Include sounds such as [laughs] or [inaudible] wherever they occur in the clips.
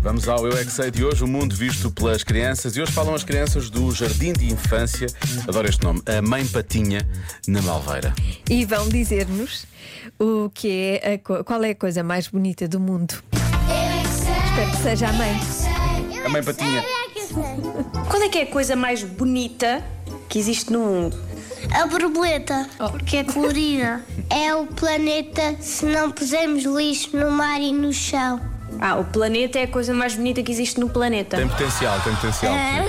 Vamos ao Eu é que sei de hoje, o mundo visto pelas crianças. E hoje falam as crianças do Jardim de Infância, adoro este nome, a Mãe Patinha, na Malveira. E vão dizer-nos o que é a co- qual é a coisa mais bonita do mundo. Espero que seja a mãe. A Mãe Patinha. Qual é que é a coisa mais bonita que existe no mundo? A borboleta, porque é colorida. É o planeta se não pusermos lixo no mar e no chão. Ah, o planeta é a coisa mais bonita que existe no planeta. Tem potencial, tem potencial. É.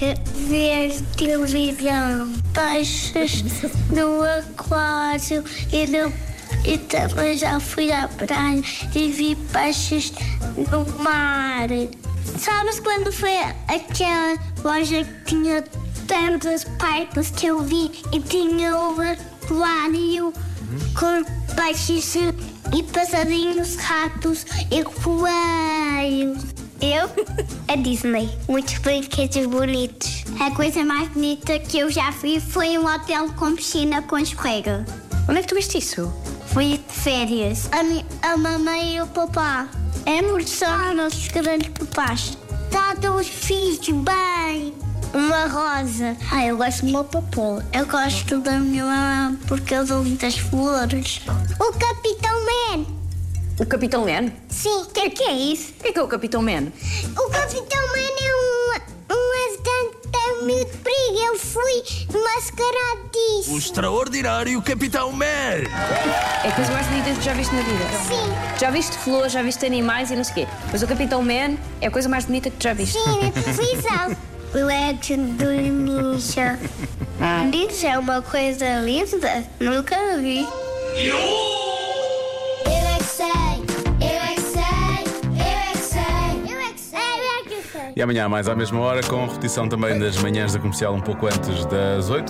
É, Ver televisão, peixes no aquário e, no, e também já fui à praia e vi peixes no mar. Sabes quando foi aquela loja que tinha tantas partes que eu vi e tinha o aquário com peixes e passarinhos, ratos e coelhos? Eu? A Disney. Muitos brinquedos bonitos. A coisa mais bonita que eu já vi foi um hotel com piscina com escorrega. Onde é que tu viste isso? Fui de férias. A, mi- a mamãe e o papá. É muito só nossos grandes papás. Tratam os filhos bem. Uma rosa. Ah, eu gosto do meu papô. Eu gosto da minha mamãe porque eu dou muitas flores. O Capitão Man. O Capitão Man? Sim, o que é isso? O que é que é o Capitão Man? O Capitão Mano é um, um ajudante muito perigo. Eu fui mascarado disso. O extraordinário Capitão Mer. É a coisa mais bonita que já viste na vida. Sim, Já viste flores, já viste animais e não sei o quê. Mas o Capitão Man é a coisa mais bonita que tu já viste. sim, na [laughs] televisão. Legend do Ninja. Ninja é uma coisa linda? Nunca vi. Eu é que sei, eu é que sei, eu é que sei, eu é que sei, eu é que sei. E amanhã, mais à mesma hora, com repetição também das manhãs da comercial, um pouco antes das 8.